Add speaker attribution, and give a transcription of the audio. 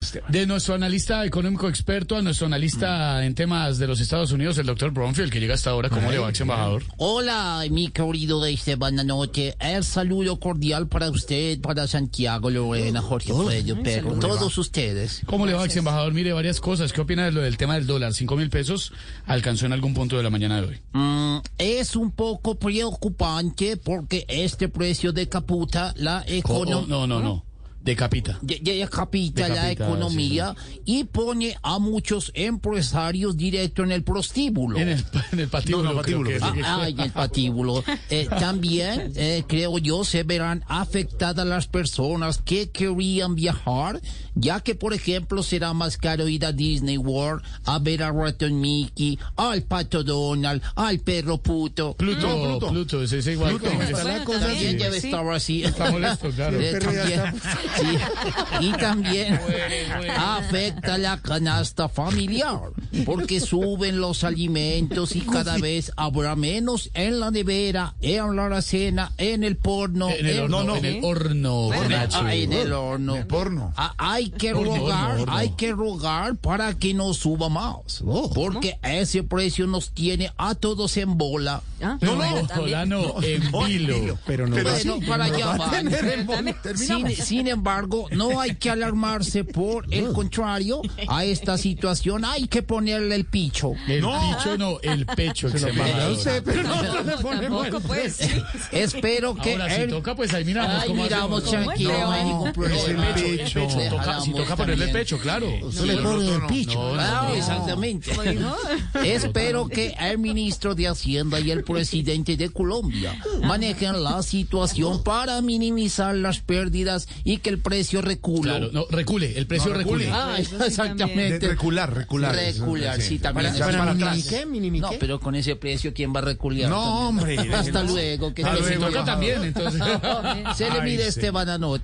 Speaker 1: Esteban.
Speaker 2: De nuestro analista económico experto a nuestro analista en temas de los Estados Unidos, el doctor Bromfield, que llega hasta ahora. ¿Cómo le va, ex embajador?
Speaker 3: Hola, mi querido de Esteban Anoche. El saludo cordial para usted, para Santiago Lorena, Jorge Fredo, pero todos ustedes.
Speaker 2: ¿Cómo le va, ex embajador? Mire, varias cosas. ¿Qué opina de lo del tema del dólar? ¿Cinco mil pesos alcanzó en algún punto de la mañana de hoy?
Speaker 3: Mm, es un poco preocupante porque este precio de caputa, la
Speaker 2: Oh,
Speaker 3: economía.
Speaker 2: oh, no, no, no. Decapita.
Speaker 3: de- de- decapita la
Speaker 2: Decapita,
Speaker 3: economía y pone a muchos empresarios directo en el prostíbulo.
Speaker 2: En el, en el patíbulo.
Speaker 1: No, no,
Speaker 2: creo
Speaker 1: patíbulo,
Speaker 2: que es lo
Speaker 3: Ah,
Speaker 2: que-
Speaker 3: ay, el patíbulo. Eh, también, eh, creo yo, se verán afectadas las personas que querían viajar, ya que, por ejemplo, será más caro ir a Disney World a ver a Ratón Mickey, al Pato Donald, al Perro Puto.
Speaker 2: Pluto,
Speaker 1: No,
Speaker 2: Pluto,
Speaker 1: Pluto.
Speaker 2: es ese igual.
Speaker 1: Pluto,
Speaker 2: que-
Speaker 1: está la cosa
Speaker 3: También
Speaker 1: así.
Speaker 3: debe estar así.
Speaker 2: Está molesto, claro.
Speaker 3: Eh,
Speaker 1: perro ya
Speaker 3: también- sí, y también afecta la canasta familiar, porque suben los alimentos y cada vez habrá menos en la nevera, en la alacena, en el porno.
Speaker 2: En el
Speaker 3: en-
Speaker 2: horno,
Speaker 1: no, no.
Speaker 2: en el horno, borracho.
Speaker 3: Ah, en el horno.
Speaker 1: porno.
Speaker 3: Ah, hay que
Speaker 2: Horno,
Speaker 3: rogar,
Speaker 2: horno, horno.
Speaker 3: hay que rogar para que no suba más. Porque ese precio nos tiene a todos en bola.
Speaker 4: Ah,
Speaker 2: No, no, ojalá no, en vilo.
Speaker 5: Pero no
Speaker 3: Bueno,
Speaker 5: va a ser-
Speaker 3: para
Speaker 5: no
Speaker 3: allá
Speaker 5: va a
Speaker 3: va.
Speaker 5: tener el bono.
Speaker 3: Sin, sin embargo, no hay que alarmarse por el contrario a esta situación. Hay que ponerle el picho.
Speaker 2: El picho no, el pecho. ex
Speaker 5: No
Speaker 2: embajador.
Speaker 5: sé, pero nosotros le ponemos
Speaker 4: Tampoco, pues. sí.
Speaker 3: Espero que
Speaker 2: Ahora, si
Speaker 3: él...
Speaker 2: toca, pues ahí miramos.
Speaker 3: Ay,
Speaker 2: cómo
Speaker 3: miramos
Speaker 2: hacemos.
Speaker 3: tranquilo,
Speaker 4: No,
Speaker 3: no hay ningún
Speaker 2: No,
Speaker 3: problema.
Speaker 2: el pecho, el pecho.
Speaker 3: Pecho.
Speaker 2: Toca- si toca
Speaker 3: Jalamos
Speaker 2: ponerle el
Speaker 3: también.
Speaker 2: pecho, claro.
Speaker 5: Se le pone el picho.
Speaker 2: No, no,
Speaker 3: Claro,
Speaker 2: no.
Speaker 3: exactamente.
Speaker 4: Como dijo,
Speaker 3: Espero que el ministro de Hacienda y el presidente de Colombia manejen la situación para minimizar las pérdidas y que el precio recule.
Speaker 2: Claro, no, recule, el precio
Speaker 1: No, recule.
Speaker 2: recule.
Speaker 3: Ah,
Speaker 4: Eso sí
Speaker 3: exactamente.
Speaker 1: De- recular, recular.
Speaker 3: Recular, sí, también.
Speaker 1: Para,
Speaker 3: Eso
Speaker 1: para
Speaker 3: también.
Speaker 1: atrás.
Speaker 5: ¿Minimiqué?
Speaker 3: No,
Speaker 5: ¿Minimiqué?
Speaker 3: pero con ese precio, ¿quién va a reculear?
Speaker 1: No,
Speaker 3: también?
Speaker 1: hombre.
Speaker 3: Hasta luego. Que
Speaker 2: Pero
Speaker 3: estés
Speaker 2: si
Speaker 1: luego,
Speaker 3: bien.
Speaker 2: toca
Speaker 1: embajador.
Speaker 2: también, entonces.
Speaker 3: Se le
Speaker 1: Ay,
Speaker 3: mide
Speaker 1: sí.
Speaker 3: este bananote.